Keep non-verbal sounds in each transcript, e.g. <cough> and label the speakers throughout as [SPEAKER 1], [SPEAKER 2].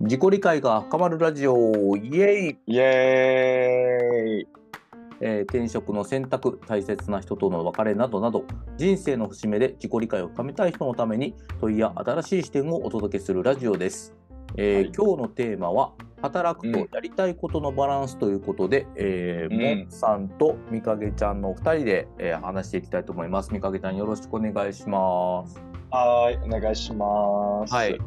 [SPEAKER 1] 自己理解が深まるラジオイエイ、
[SPEAKER 2] イエーイ
[SPEAKER 1] えー転職の選択大切な人との別れなどなど人生の節目で自己理解を深めたい人のために問いや新しい視点をお届けするラジオです、えー
[SPEAKER 2] はい
[SPEAKER 1] 今日のテーマは働く
[SPEAKER 2] う
[SPEAKER 1] と
[SPEAKER 2] ん
[SPEAKER 1] やりたいことのバランスということで、えー
[SPEAKER 2] うん
[SPEAKER 1] もんさんとみかげちゃんのお二人で、えー話していきたいと思いますみかげちゃんよろしくお願いします
[SPEAKER 2] はーい、お願いします。
[SPEAKER 1] はい。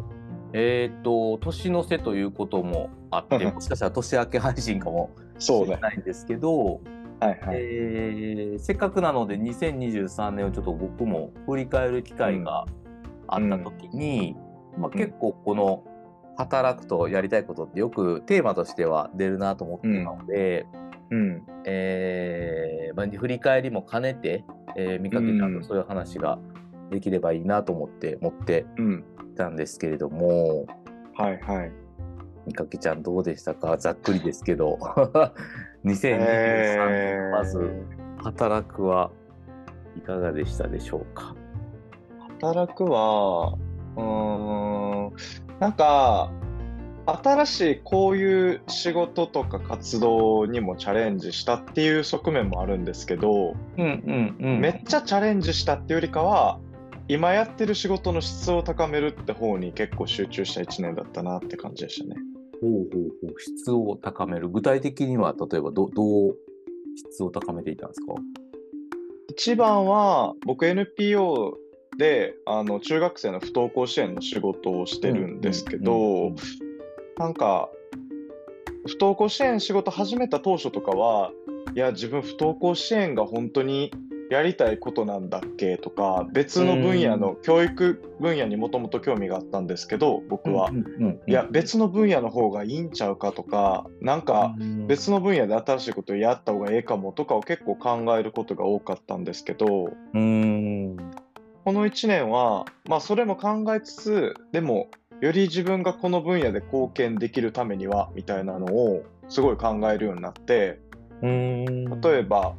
[SPEAKER 1] えっ、と、年の瀬ということもあっ
[SPEAKER 2] <laughs>
[SPEAKER 1] て、もしかしたら年明け配信かも
[SPEAKER 2] そう
[SPEAKER 1] しれ
[SPEAKER 2] ね。
[SPEAKER 1] ないんですけど、
[SPEAKER 2] はいはい。
[SPEAKER 1] えーせっかくなので2023年をちょっと僕も振り返る機会があった時に、まあ、
[SPEAKER 2] うん
[SPEAKER 1] 結構この働くとやりたいことってよくテーマとしては出るなと思ってたので、
[SPEAKER 2] うん。
[SPEAKER 1] えーまあ、振り返りも兼ねて、えー、見かけた
[SPEAKER 2] う
[SPEAKER 1] と
[SPEAKER 2] ん
[SPEAKER 1] そういう話ができればいいなと思って持って
[SPEAKER 2] うん。
[SPEAKER 1] きたんですけれども。
[SPEAKER 2] はいはい。
[SPEAKER 1] みかけちゃんどうでしたかざっくりですけど <laughs> 2023
[SPEAKER 2] え
[SPEAKER 1] 年
[SPEAKER 2] ー
[SPEAKER 1] まず働くはいかがでしたでしょうか、
[SPEAKER 2] 働くは、うーん、なんか、新しいこういう仕事とか活動にもチャレンジしたっていう側面もあるんですけど、
[SPEAKER 1] うんうんうん
[SPEAKER 2] めっちゃチャレンジしたっていうよりかは、今やってる仕事の質を高めるって方に結構集中した1年だったなって感じでしたね。
[SPEAKER 1] ほうほうほう質を高める具体的には例えばどどう質を高めていたんですか
[SPEAKER 2] 一番は僕 NPO であの中学生の不登校支援の仕事をしてるんですけど、
[SPEAKER 1] うんうんうん
[SPEAKER 2] なんか不登校支援仕事始めた当初とかはいや自分不登校支援が本当にやりたいことなんだっけとか別の分野の教育分野にもともと興味があったんですけど僕は、
[SPEAKER 1] うんうんうん
[SPEAKER 2] いや別の分野の方がいいんちゃうかとかなんか、
[SPEAKER 1] うん
[SPEAKER 2] 別の分野で新しいことをやった方がええかもとかを結構考えることが多かったんですけど
[SPEAKER 1] うーん
[SPEAKER 2] この1年はまあそれも考えつつでもより自分がこの分野で貢献できるためにはみたいなのをすごい考えるようになって
[SPEAKER 1] うーん
[SPEAKER 2] 例えば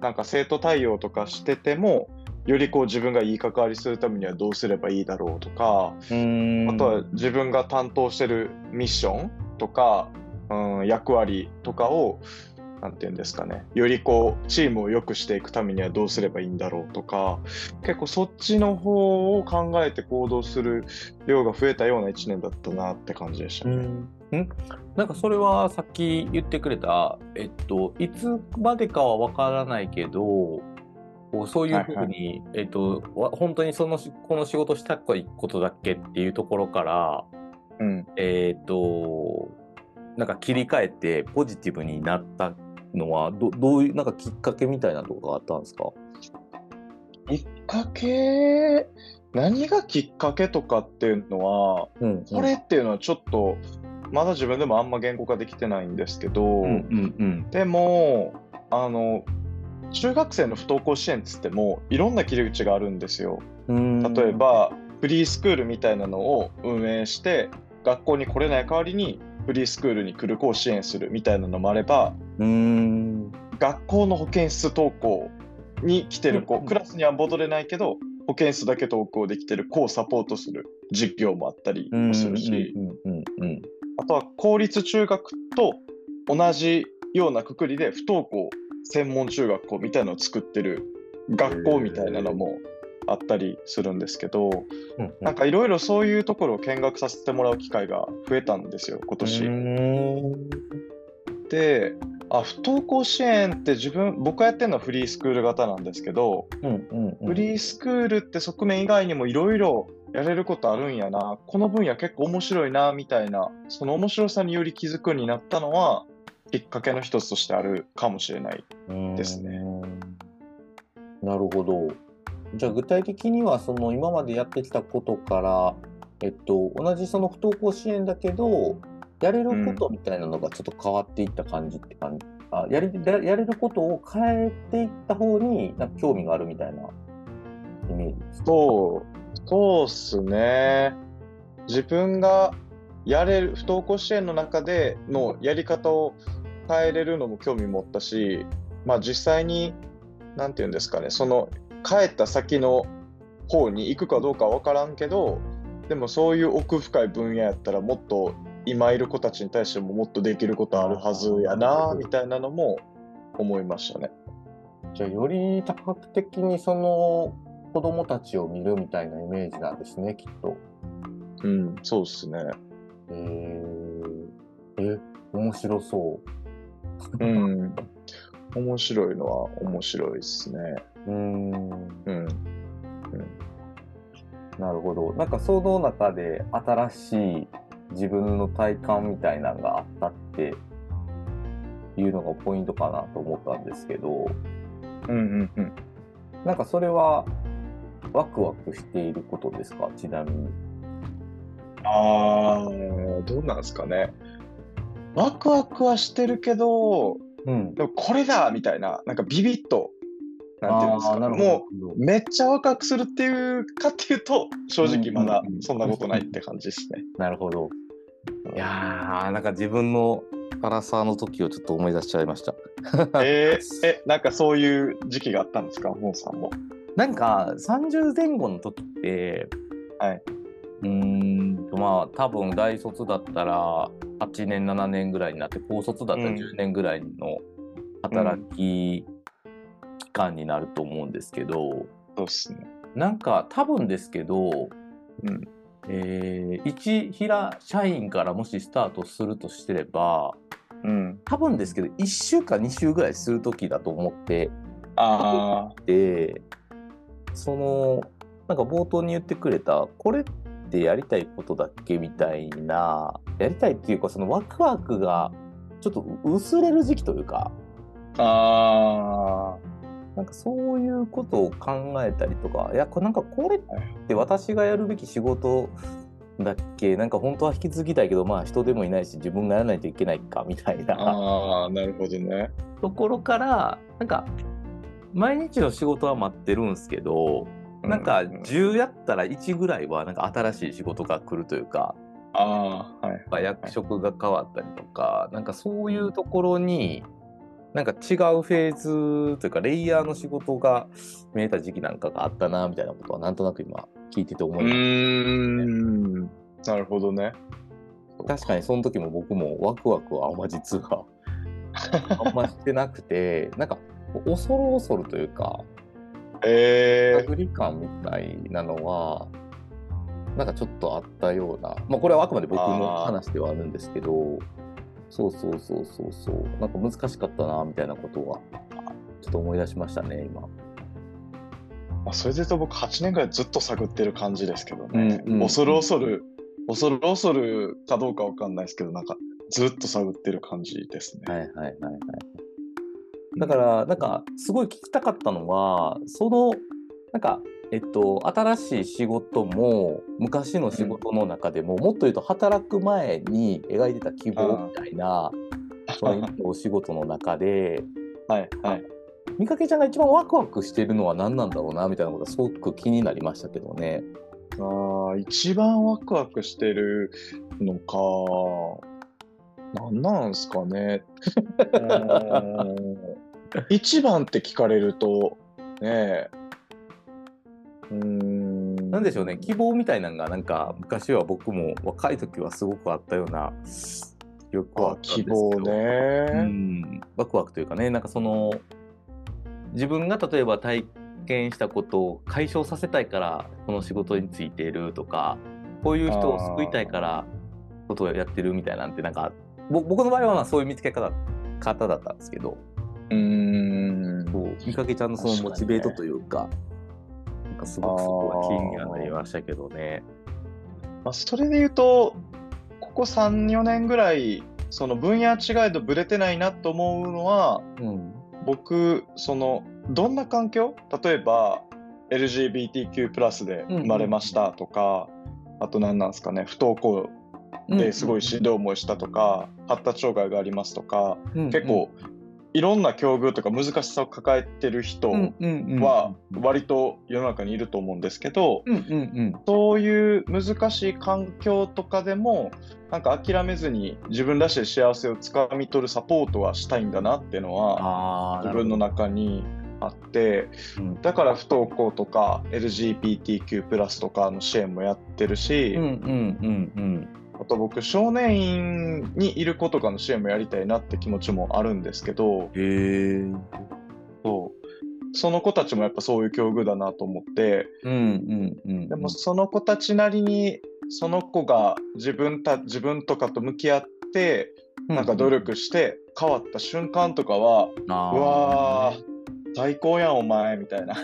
[SPEAKER 2] なんか生徒対応とかしててもよりこう自分がいい関わりするためにはどうすればいいだろうとか
[SPEAKER 1] うーん
[SPEAKER 2] あとは自分が担当してるミッションとか、うん、役割とかを、なんていうんですかね、よりこう、チームを良くしていくためにはどうすればいいんだろうとか、結構そっちの方を考えて行動する量が増えたような1年だったなって感じでした
[SPEAKER 1] う
[SPEAKER 2] ね。
[SPEAKER 1] ん、なんかそれはさっき言ってくれた、えっと、いつまでかはわからないけどこうそういうふうに、えっと、わ本当にそのしこの仕事したいことだっけっていうところから、
[SPEAKER 2] うん。
[SPEAKER 1] えっとなんか切り替えてポジティブになったのはどどういうなんかきっかけみたいなとこがあったんですか
[SPEAKER 2] きっかけ、何がきっかけとかっていうのは、
[SPEAKER 1] うん
[SPEAKER 2] これっていうのはちょっと、まだ自分でもあんま言語化できてないんですけど、
[SPEAKER 1] うんうんうん
[SPEAKER 2] でもあの中学生の不登校支援っつってもいろんな切り口があるんですよ。
[SPEAKER 1] うん
[SPEAKER 2] 例えばフリースクールみたいなのを運営して学校に来れない代わりにフリースクールに来る子を支援するみたいなのもあれば
[SPEAKER 1] うん
[SPEAKER 2] 学校の保健室登校に来てる
[SPEAKER 1] う
[SPEAKER 2] 子
[SPEAKER 1] ん
[SPEAKER 2] クラスには戻れないけど保健室だけ登校できてる子をサポートする授業もあったりもするし。
[SPEAKER 1] うんうんうん
[SPEAKER 2] あとは公立中学と同じようなくくりで不登校専門中学校みたいなのを作ってる学校みたいなのもあったりするんですけど、
[SPEAKER 1] うん
[SPEAKER 2] なんかいろいろそういうところを見学させてもらう機会が増えたんですよ、今年。
[SPEAKER 1] うん
[SPEAKER 2] であ不登校支援って自分僕がやってるのはフリースクール型なんですけど、
[SPEAKER 1] うんうんうん
[SPEAKER 2] フリースクールって側面以外にもいろいろやれることあるんやな、この分野結構面白いな、みたいな、その面白さにより気づくようになったのは、きっかけの一つとしてあるかもしれない。ですね
[SPEAKER 1] うーん。なるほど。じゃあ具体的にはその今までやってきたことから、えっと、同じその不登校支援だけどやれることみたいなのがちょっと変わっていった感じって感じ、あやりややれることを変えていった方になんか興味があるみたいなイメージですか
[SPEAKER 2] そう、そうっすね。自分がやれる、不登校支援の中でのやり方を変えれるのも興味持ったし、まあ実際に、なんていうんですかね、その帰った先の方に行くかどうかは分からんけど、でもそういう奥深い分野やったらもっと今いる子たちに対してももっとできることあるはずやな
[SPEAKER 1] あー
[SPEAKER 2] みたいなのも思いましたね。
[SPEAKER 1] じゃあより多角的にその子供たちを見るみたいなイメージなんですね、きっと。
[SPEAKER 2] うん、そうですね。
[SPEAKER 1] えー、え、面白そう。
[SPEAKER 2] うん。面白いのは面白いですね。
[SPEAKER 1] うーん
[SPEAKER 2] うん。
[SPEAKER 1] なるほど。なんかその中で新しい自分の体感みたいなのがあったっていうのがポイントかなと思ったんですけど、
[SPEAKER 2] うんうんうん。
[SPEAKER 1] なんかそれはワクワクしていることですかちなみに。
[SPEAKER 2] ああ、どうなんですかね。ワクワクはしてるけど、
[SPEAKER 1] うん。
[SPEAKER 2] でもこれだみたいな、なんかビビッと、なんていうんです
[SPEAKER 1] あー
[SPEAKER 2] か、
[SPEAKER 1] なる
[SPEAKER 2] も
[SPEAKER 1] ほど
[SPEAKER 2] うめっちゃワクワクするっていうかっていうと、正直まだ
[SPEAKER 1] うんうんうん
[SPEAKER 2] そんなことないって感じです
[SPEAKER 1] <laughs>
[SPEAKER 2] ね。
[SPEAKER 1] なるほど。いやー、なんか自分の辛さの時をちょっと思い出しちゃいました。
[SPEAKER 2] えーえ、なんかそういう時期があったんですか、モンさんも。
[SPEAKER 1] なんか30前後の時って、
[SPEAKER 2] はい、
[SPEAKER 1] うーんとまあ多分大卒だったら8年7年ぐらいになって高卒だったら
[SPEAKER 2] うん
[SPEAKER 1] 10年ぐらいの働き期間になると思うんですけど、
[SPEAKER 2] そうですね。
[SPEAKER 1] なんか多分ですけど、
[SPEAKER 2] うん
[SPEAKER 1] えー一平社員からもしスタートするとしてれば
[SPEAKER 2] うん。
[SPEAKER 1] 多分ですけど1週か2週ぐらいする時だと思って
[SPEAKER 2] あ
[SPEAKER 1] でそのなんか冒頭に言ってくれたこれってやりたいことだっけみたいなやりたいっていうかそのワクワクがちょっと薄れる時期というか
[SPEAKER 2] あ、あ
[SPEAKER 1] なんかそういうことを考えたりとかいやこれなんかこれって私がやるべき仕事だっけなんか本当は引き継ぎたいけどまあ人でもいないし自分がやらないといけないかみたいな。
[SPEAKER 2] あ、<laughs> ああ、なるほどね。
[SPEAKER 1] ところからなんか毎日の仕事は待ってるんですけど、なんか
[SPEAKER 2] うんうん
[SPEAKER 1] 10やったら1ぐらいはなんか新しい仕事が来るというか
[SPEAKER 2] ああ、はい。
[SPEAKER 1] 役職が変わったりとかなんかそういうところになんか違うフェーズというかレイヤーの仕事が見えた時期なんかがあったなみたいなことはなんとなく今聞いてて思
[SPEAKER 2] う
[SPEAKER 1] いまし
[SPEAKER 2] ーん。なるほどね。
[SPEAKER 1] た確かにその時も僕もワクワクはあんま実はあんましてなくてなんか恐る恐るというか
[SPEAKER 2] え
[SPEAKER 1] 探り感みたいなのは、なんかちょっとあったような、まあ、これはあくまで僕の話ではあるんですけど、そうそうそうそうそう、なんか難しかったなみたいなことは、ちょっと思い出しましたね、今。
[SPEAKER 2] ーまあ、それで言うと僕8年ぐらいずっと探ってる感じですけどね。
[SPEAKER 1] うんうん
[SPEAKER 2] 恐る恐る、恐る恐るかどうかわかんないですけど、なんかずっと探ってる感じですね。
[SPEAKER 1] はいはいはいはい。だから、なんか、すごい聞きたかったのは、その、なんか、えっと、新しい仕事も昔の仕事の中でも、もっと言うと働く前に描いてた希望みたいな、そういうお仕事の中で、
[SPEAKER 2] はいはい。
[SPEAKER 1] みかけちゃんが一番ワクワクしてるのは何なんだろうなみたいなことがすごく気になりましたけどね。
[SPEAKER 2] ああ、一番ワクワクしてるのか、なんなんすか
[SPEAKER 1] <laughs>
[SPEAKER 2] ね。うーん一番って聞かれると、ねえ。うーん。
[SPEAKER 1] なんでしょうね希望みたいなのがなんか昔は僕も若い時はすごくあったような記憶はあ
[SPEAKER 2] あ
[SPEAKER 1] ったんです
[SPEAKER 2] 希
[SPEAKER 1] けど
[SPEAKER 2] 望ね。
[SPEAKER 1] うん、ワクワクというかねなんかその自分が例えば体験したことを解消させたいからこの仕事についているとかこういう人を救いたいからことをやってるみたいなんてなんかぼ僕の場合はまあそういう見つけ方方だったんですけど。
[SPEAKER 2] うーん。
[SPEAKER 1] こう見かけちゃんのそのモチベートというか、なんかすごくそこは気にはなりましたけどね。
[SPEAKER 2] まあ、それで言うと、ここ3、4年ぐらい、その分野違いとブレてないなと思うのは、
[SPEAKER 1] うん。
[SPEAKER 2] 僕、その、どんな環境例えば、LGBTQ+, プラスで生まれましたとか、あと何なんですかね、不登校ですごいしんどい思いしたとか、発達障害がありますとか、
[SPEAKER 1] うん、
[SPEAKER 2] 結構、いろんな境遇とか難しさを抱えてる人
[SPEAKER 1] うんうんうん、
[SPEAKER 2] は、割と世の中にいると思うんですけど、
[SPEAKER 1] うんうんうん。
[SPEAKER 2] そういう難しい環境とかでもなんか諦めずに自分らしい幸せをつかみ取るサポートはしたいんだなっていうのは
[SPEAKER 1] ああ、
[SPEAKER 2] 自分の
[SPEAKER 1] な
[SPEAKER 2] 中にあって
[SPEAKER 1] るほ
[SPEAKER 2] だから不登校とか LGBTQ+ とかの支援もやってるし、
[SPEAKER 1] どうんうんうんうん
[SPEAKER 2] あと僕、少年院にいる子とかの支援もやりたいなって気持ちもあるんですけど、
[SPEAKER 1] へえ。
[SPEAKER 2] そうその子たちもやっぱそういう境遇だなと思って、
[SPEAKER 1] うんうんうん。
[SPEAKER 2] でもその子たちなりにその子が自分た自分とかと向き合ってなんか努力して変わった瞬間とかは、
[SPEAKER 1] う
[SPEAKER 2] うわ
[SPEAKER 1] <laughs>
[SPEAKER 2] ー最高やんお前みたいな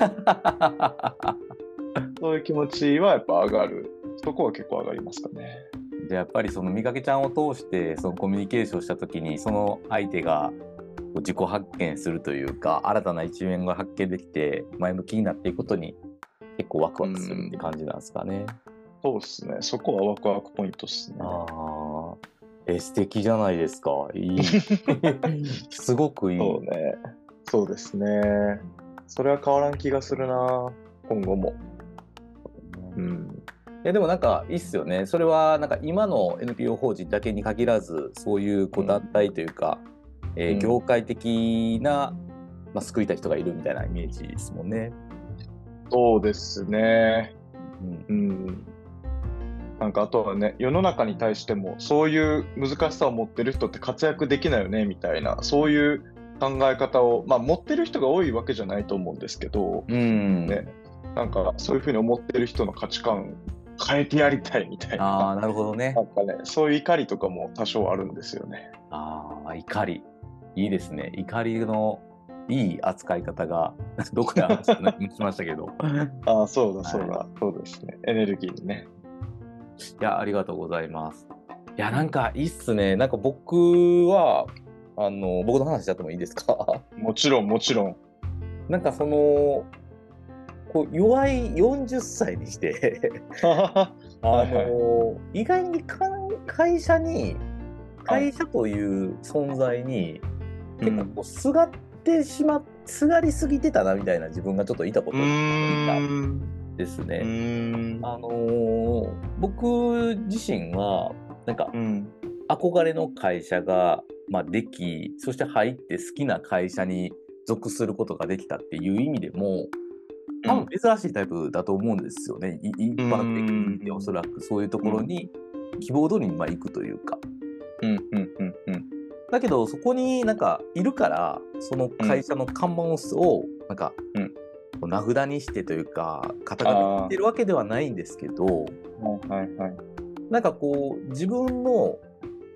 [SPEAKER 2] そういう気持ちはやっぱ上がるそこは結構上がりますかね
[SPEAKER 1] じゃあやっぱりその見かけちゃんを通してそのコミュニケーションした時にその相手がこう自己発見するというか新たな一面が発見できて前向きになっていくことに結構ワクワクするって感じなんですかね。
[SPEAKER 2] そうですねそこはワクワクポイントですね
[SPEAKER 1] ああえ素敵じゃないですか。いい <laughs> すごくいい。
[SPEAKER 2] そうねそうですねそれは変わらん気がするな今後もうん
[SPEAKER 1] いやでもなんかいいっすよね。それはなんか今の NPO 法人だけに限らずそういうこう
[SPEAKER 2] う
[SPEAKER 1] ん団体というか、えー
[SPEAKER 2] うん
[SPEAKER 1] 業界的な、まあ、救いたい人がいるみたいなイメージですもんね。
[SPEAKER 2] そうですね
[SPEAKER 1] うん
[SPEAKER 2] うん、なんかあとはね世の中に対してもそういう難しさを持ってる人って活躍できないよねみたいなそういう考え方を、まあ、持ってる人が多いわけじゃないと思うんですけど、
[SPEAKER 1] うん
[SPEAKER 2] ね、なんかそういうふうに思ってる人の価値観変えてやりたいみたい
[SPEAKER 1] ああ
[SPEAKER 2] な
[SPEAKER 1] なるほどね
[SPEAKER 2] な。んかねそういう怒りとかも多少あるんですよね。
[SPEAKER 1] ああ怒りいいですね。怒りのいい扱い方が <laughs> どこで話したのしましたけど。
[SPEAKER 2] ああそうだそうだ、そうですねエネルギーにね。
[SPEAKER 1] いや、ありがとうございます。いや、なんかいいっすね。なんか僕は、あの、僕の話しちゃってもいいですか <laughs>
[SPEAKER 2] もちろんもちろん。
[SPEAKER 1] なんかその、こう弱い40歳にして、あ
[SPEAKER 2] はい
[SPEAKER 1] の、意外にか会社に、会社という存在に、
[SPEAKER 2] う
[SPEAKER 1] 結構
[SPEAKER 2] ん
[SPEAKER 1] こうすがってしまっすがりすぎてたなみたいな自分がちょっといたこ
[SPEAKER 2] う
[SPEAKER 1] と
[SPEAKER 2] ー
[SPEAKER 1] が
[SPEAKER 2] ん
[SPEAKER 1] です
[SPEAKER 2] う
[SPEAKER 1] ね。
[SPEAKER 2] ーん
[SPEAKER 1] あのー僕自身はなんか
[SPEAKER 2] うん
[SPEAKER 1] 憧れの会社が、まあ、できそして入って好きな会社に属することができたっていう意味でも多分珍しいタイプだと思うんですよね、い一般的に見て
[SPEAKER 2] うん
[SPEAKER 1] おそらくそういうところに希望通りにまあ行くというか
[SPEAKER 2] うんうんうんうん
[SPEAKER 1] だけどそこになんかいるからその会社の看板ををなんか、
[SPEAKER 2] うん
[SPEAKER 1] こう名札にしてというか肩書きにしてるわけではないんですけど
[SPEAKER 2] はいはいはい。
[SPEAKER 1] なんかこう自分の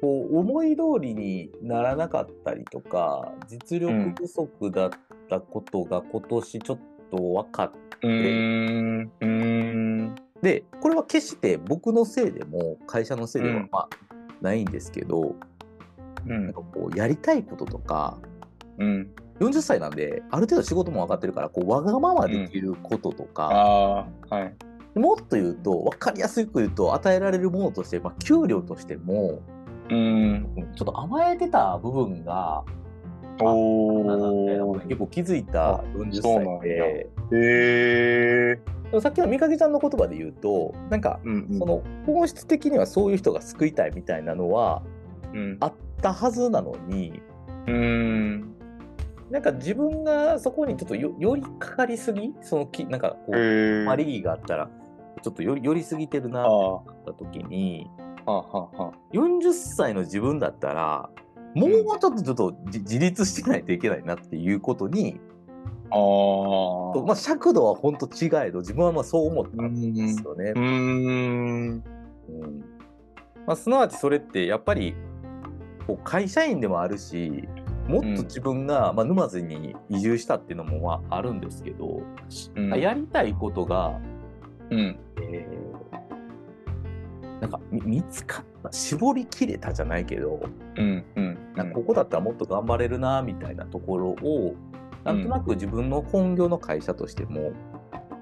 [SPEAKER 1] こう思い通りにならなかったりとか実力不足だったことが今年ちょっと分かって、
[SPEAKER 2] うーん。うーん。
[SPEAKER 1] でこれは決して僕のせいでも会社のせいで
[SPEAKER 2] う
[SPEAKER 1] は
[SPEAKER 2] ん
[SPEAKER 1] まあないんですけど、
[SPEAKER 2] うん
[SPEAKER 1] なんかこうやりたいこととか
[SPEAKER 2] うん。
[SPEAKER 1] 40歳なんである程度仕事も分かってるからこうわがままできることとか、
[SPEAKER 2] ああ、はい。
[SPEAKER 1] もっと言うと分かりやすく言うと与えられるものとして、まあ、給料としても
[SPEAKER 2] うん。
[SPEAKER 1] うんちょっと甘えてた部分が
[SPEAKER 2] おー。
[SPEAKER 1] 結構気づいた40
[SPEAKER 2] そうなん
[SPEAKER 1] 歳
[SPEAKER 2] や
[SPEAKER 1] で
[SPEAKER 2] ええ。
[SPEAKER 1] でもさっきのみかけちゃんの言葉で言うとなんか
[SPEAKER 2] うんうん
[SPEAKER 1] その本質的にはそういう人が救いたいみたいなのは
[SPEAKER 2] うん
[SPEAKER 1] あったはずなのに
[SPEAKER 2] うん。
[SPEAKER 1] なんか自分がそこにちょっとよ寄りかかりすぎそのきなんかこ
[SPEAKER 2] え
[SPEAKER 1] う
[SPEAKER 2] え。
[SPEAKER 1] マリギがあったらちょっと寄り寄りすぎてるな
[SPEAKER 2] あ
[SPEAKER 1] って
[SPEAKER 2] あ。は
[SPEAKER 1] 思った時に
[SPEAKER 2] あはあは
[SPEAKER 1] 40歳の自分だったらもうちょっとちょっとじ自立してないといけないなっていうことに
[SPEAKER 2] あ。あ
[SPEAKER 1] とまあ、尺度は本当違えど自分はまあそう思った
[SPEAKER 2] うんんう
[SPEAKER 1] ですよね。
[SPEAKER 2] ん。
[SPEAKER 1] うんまあ、すなわちそれってやっぱりこう会社員でもあるしもっと自分が、まあ、沼津に移住したっていうのもまああるんですけど、
[SPEAKER 2] うん。
[SPEAKER 1] まあやりたいことが、
[SPEAKER 2] うん。
[SPEAKER 1] えーなんかみ見つかった絞りきれたじゃないけど
[SPEAKER 2] うん。うん。
[SPEAKER 1] なんかここだったらもっと頑張れるなみたいなところをなんとなく自分の本業の会社としても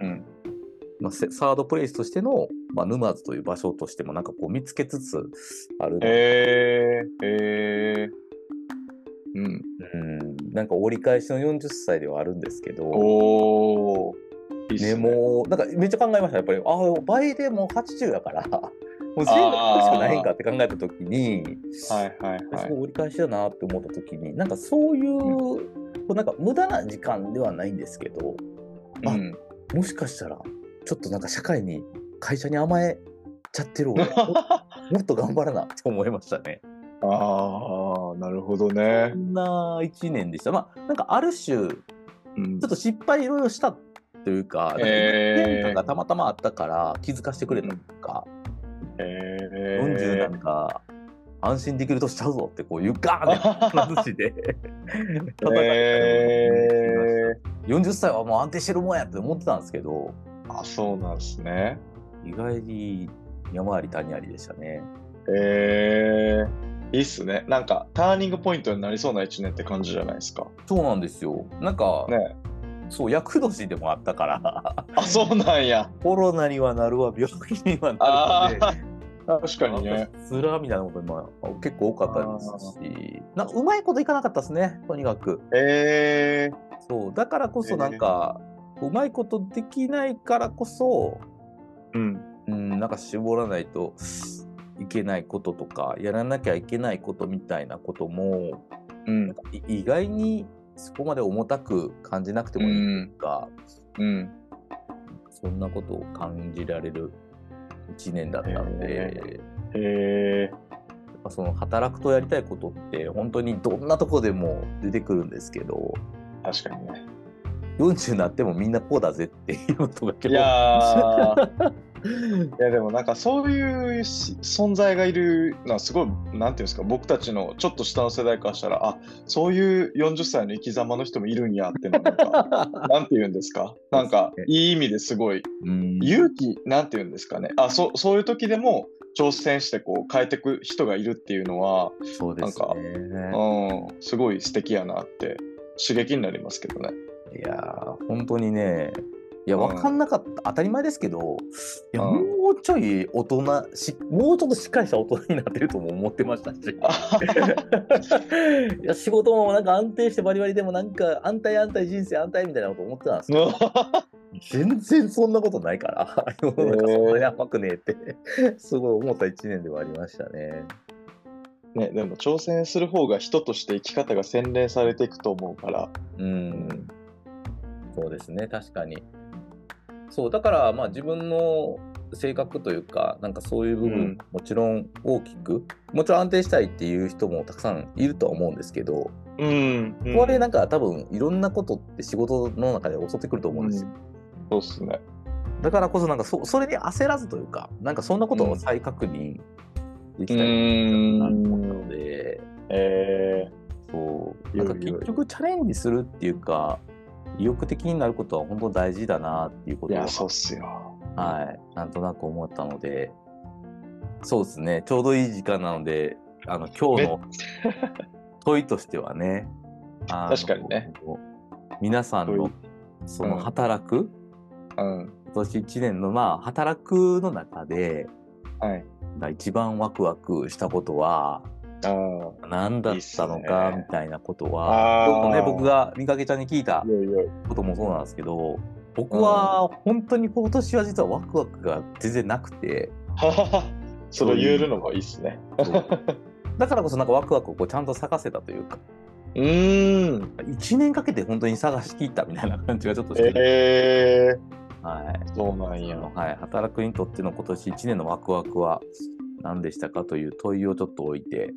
[SPEAKER 2] うん。
[SPEAKER 1] まあ、せサードプレイスとしての、まあ、沼津という場所としてもなんかこう見つけつつあるので、
[SPEAKER 2] ええ。ええ。うん。
[SPEAKER 1] うんなんか折り返しの40歳ではあるんですけど、
[SPEAKER 2] おー。いいっ
[SPEAKER 1] ね、
[SPEAKER 2] す
[SPEAKER 1] もうなんかめっちゃ考えましたやっぱりああ倍でもう80やから <laughs> もう10
[SPEAKER 2] あー
[SPEAKER 1] しかないんかって考えた時に
[SPEAKER 2] はいはいは
[SPEAKER 1] す
[SPEAKER 2] い
[SPEAKER 1] ご。い折り返しだなって思った時になんかそういう、こうなんか無駄な時間ではないんですけどあ
[SPEAKER 2] うん。 <laughs>
[SPEAKER 1] もしかしたらちょっとなんか社会に会社に甘えちゃってる俺おもっと頑張らなって思いましたね。
[SPEAKER 2] ああ、なるほどね
[SPEAKER 1] そ。んな1年でした。まあ、なんかある種、ちょ
[SPEAKER 2] うん
[SPEAKER 1] っと失敗いろいろしたというか、なんか
[SPEAKER 2] えー
[SPEAKER 1] 変化がたまたまあったから気づかせてくれたとか、
[SPEAKER 2] え
[SPEAKER 1] 40なんか安心できる年ちゃうぞって、こういうガーン
[SPEAKER 2] <laughs>
[SPEAKER 1] って話で
[SPEAKER 2] ー、え
[SPEAKER 1] 40歳はもう安定してるもんやって思ってたんですけど、
[SPEAKER 2] ー、あ、そうなんですね。
[SPEAKER 1] 意外に山あり谷ありでしたね。
[SPEAKER 2] えー、いいっすね。なんか、ターニングポイントになりそうな1年って感じじゃないですか。
[SPEAKER 1] そうなんですよ。なんか、
[SPEAKER 2] ね。
[SPEAKER 1] そう、役年でもあったから、 <laughs>
[SPEAKER 2] あ、そうなんや。
[SPEAKER 1] コロナにはなるわ、病気にはな
[SPEAKER 2] あ
[SPEAKER 1] るわで、
[SPEAKER 2] あ、確かにね。
[SPEAKER 1] つらみたいなことも結構多かったですし、なんかうまいこといかなかったですね、とにかく。
[SPEAKER 2] えー、
[SPEAKER 1] そう、だからこそなんか、うまいことできないからこそ、
[SPEAKER 2] うん。
[SPEAKER 1] うん、なんか絞らないといけないこととか、やらなきゃいけないことみたいなことも、
[SPEAKER 2] うん
[SPEAKER 1] なん。かい意外にそこまで重たく感じなくてもいいというか、
[SPEAKER 2] うん。
[SPEAKER 1] そんなことを感じられる1年だったんで、
[SPEAKER 2] へえ
[SPEAKER 1] やっぱその働くとやりたいことって本当にどんなとこでも出てくるんですけど
[SPEAKER 2] ー、確かにね。
[SPEAKER 1] 40になってもみんなこうだぜっていうことが結構
[SPEAKER 2] いやー <laughs> いやでもなんかそういうし存在がいるのはすごいなんていうんですか僕たちのちょっと下の世代からしたらあそういう40歳の生き様の人もいるんやってのなんか <laughs> なんていうんですかなんかいい意味ですごい
[SPEAKER 1] うん
[SPEAKER 2] 勇気なんていうんですかねあそそういう時でも挑戦してこう変えてく人がいるっていうのは、
[SPEAKER 1] そうですね
[SPEAKER 2] うん、すごい素敵やなって刺激になりますけどね。 <laughs>
[SPEAKER 1] いやー本当にねいや
[SPEAKER 2] うん
[SPEAKER 1] 分かんなかった、当たり前ですけどいや、
[SPEAKER 2] うん
[SPEAKER 1] もうちょい大人しもうちょっとしっかりした大人になってるとも思ってましたし。 <laughs> いや仕事もなんか安定してバリバリでもなんか安泰安泰人生安泰みたいなこと思ってたんですけど全然そんなことないから <laughs> 世の中そんなに甘くねえってすごい思った一年ではありましたね。
[SPEAKER 2] ね、でも挑戦する方が人として生き方が洗練されていくと思うから、
[SPEAKER 1] うんそうですね確かにそうだからまあ自分の性格というかなんかそういう部分、
[SPEAKER 2] うん
[SPEAKER 1] もちろん大きくもちろん安定したいっていう人もたくさんいるとは思うんですけど、
[SPEAKER 2] うん、
[SPEAKER 1] これなんか多分いろんなことって仕事の中で襲ってくると思うんですよ。
[SPEAKER 2] そうっすね。
[SPEAKER 1] だからこそなんかそそれに焦らずというかなんかそんなことを再確認で
[SPEAKER 2] う
[SPEAKER 1] きたりなと思った
[SPEAKER 2] ん
[SPEAKER 1] の、で、
[SPEAKER 2] え
[SPEAKER 1] そうなんか結局チャレンジするっていうか意欲的になることは本当大事だなっていうこ
[SPEAKER 2] ー、い
[SPEAKER 1] と
[SPEAKER 2] や、
[SPEAKER 1] は
[SPEAKER 2] そうっすよ。
[SPEAKER 1] はい、なんとなく思ったのでそうですねちょうどいい時間なのであの今日の問いとしてはねあの
[SPEAKER 2] 確かにね
[SPEAKER 1] 皆さん
[SPEAKER 2] 問
[SPEAKER 1] の
[SPEAKER 2] い
[SPEAKER 1] そうの
[SPEAKER 2] ん
[SPEAKER 1] 働く、
[SPEAKER 2] うん、
[SPEAKER 1] 今年1年のまあ働くの中で
[SPEAKER 2] はい。
[SPEAKER 1] 一番ワクワクしたことは
[SPEAKER 2] ああ、
[SPEAKER 1] 何だったの
[SPEAKER 2] いいっ
[SPEAKER 1] か
[SPEAKER 2] す
[SPEAKER 1] み
[SPEAKER 2] ね
[SPEAKER 1] たいなこと
[SPEAKER 2] あ
[SPEAKER 1] は
[SPEAKER 2] ー
[SPEAKER 1] ちょっとね僕がみかけちゃんに聞いた
[SPEAKER 2] いよいよ。
[SPEAKER 1] こともそうなんですけど僕は本当に今年は実はワクワクが全然なくて
[SPEAKER 2] ははは。 <laughs> それを言えるのがいいっすね。
[SPEAKER 1] <laughs> だからこそなんかワクワクをこうちゃんと咲かせたというか
[SPEAKER 2] うーん、
[SPEAKER 1] 1年かけて本当に探し切ったみたいな感じがちょっとしてて、
[SPEAKER 2] え
[SPEAKER 1] はい
[SPEAKER 2] ー、そうなんや。
[SPEAKER 1] はい、働くにとっての今年1年のワクワクは何でしたかという問いをちょっと置いて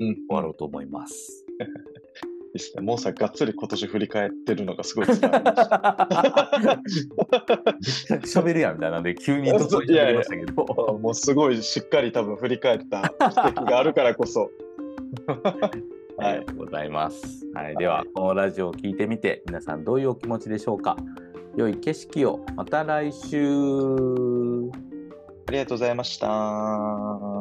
[SPEAKER 2] うん、
[SPEAKER 1] 終わろうと思い <laughs> ます。
[SPEAKER 2] いいっすね。もうさ、がっつり今年振り返ってるのがすごい伝わりました。
[SPEAKER 1] 喋るやんみたいなんで急に突然喋りました <laughs> けど。
[SPEAKER 2] もうすごいしっかり多分振り返った指摘があるからこそ。
[SPEAKER 1] あ
[SPEAKER 2] は
[SPEAKER 1] りが。
[SPEAKER 2] い
[SPEAKER 1] とうございます。はい、では、このラジオを聞いてみて、皆さんどういうお気持ちでしょうか。良い景色を、また来週。
[SPEAKER 2] ありがとうございました。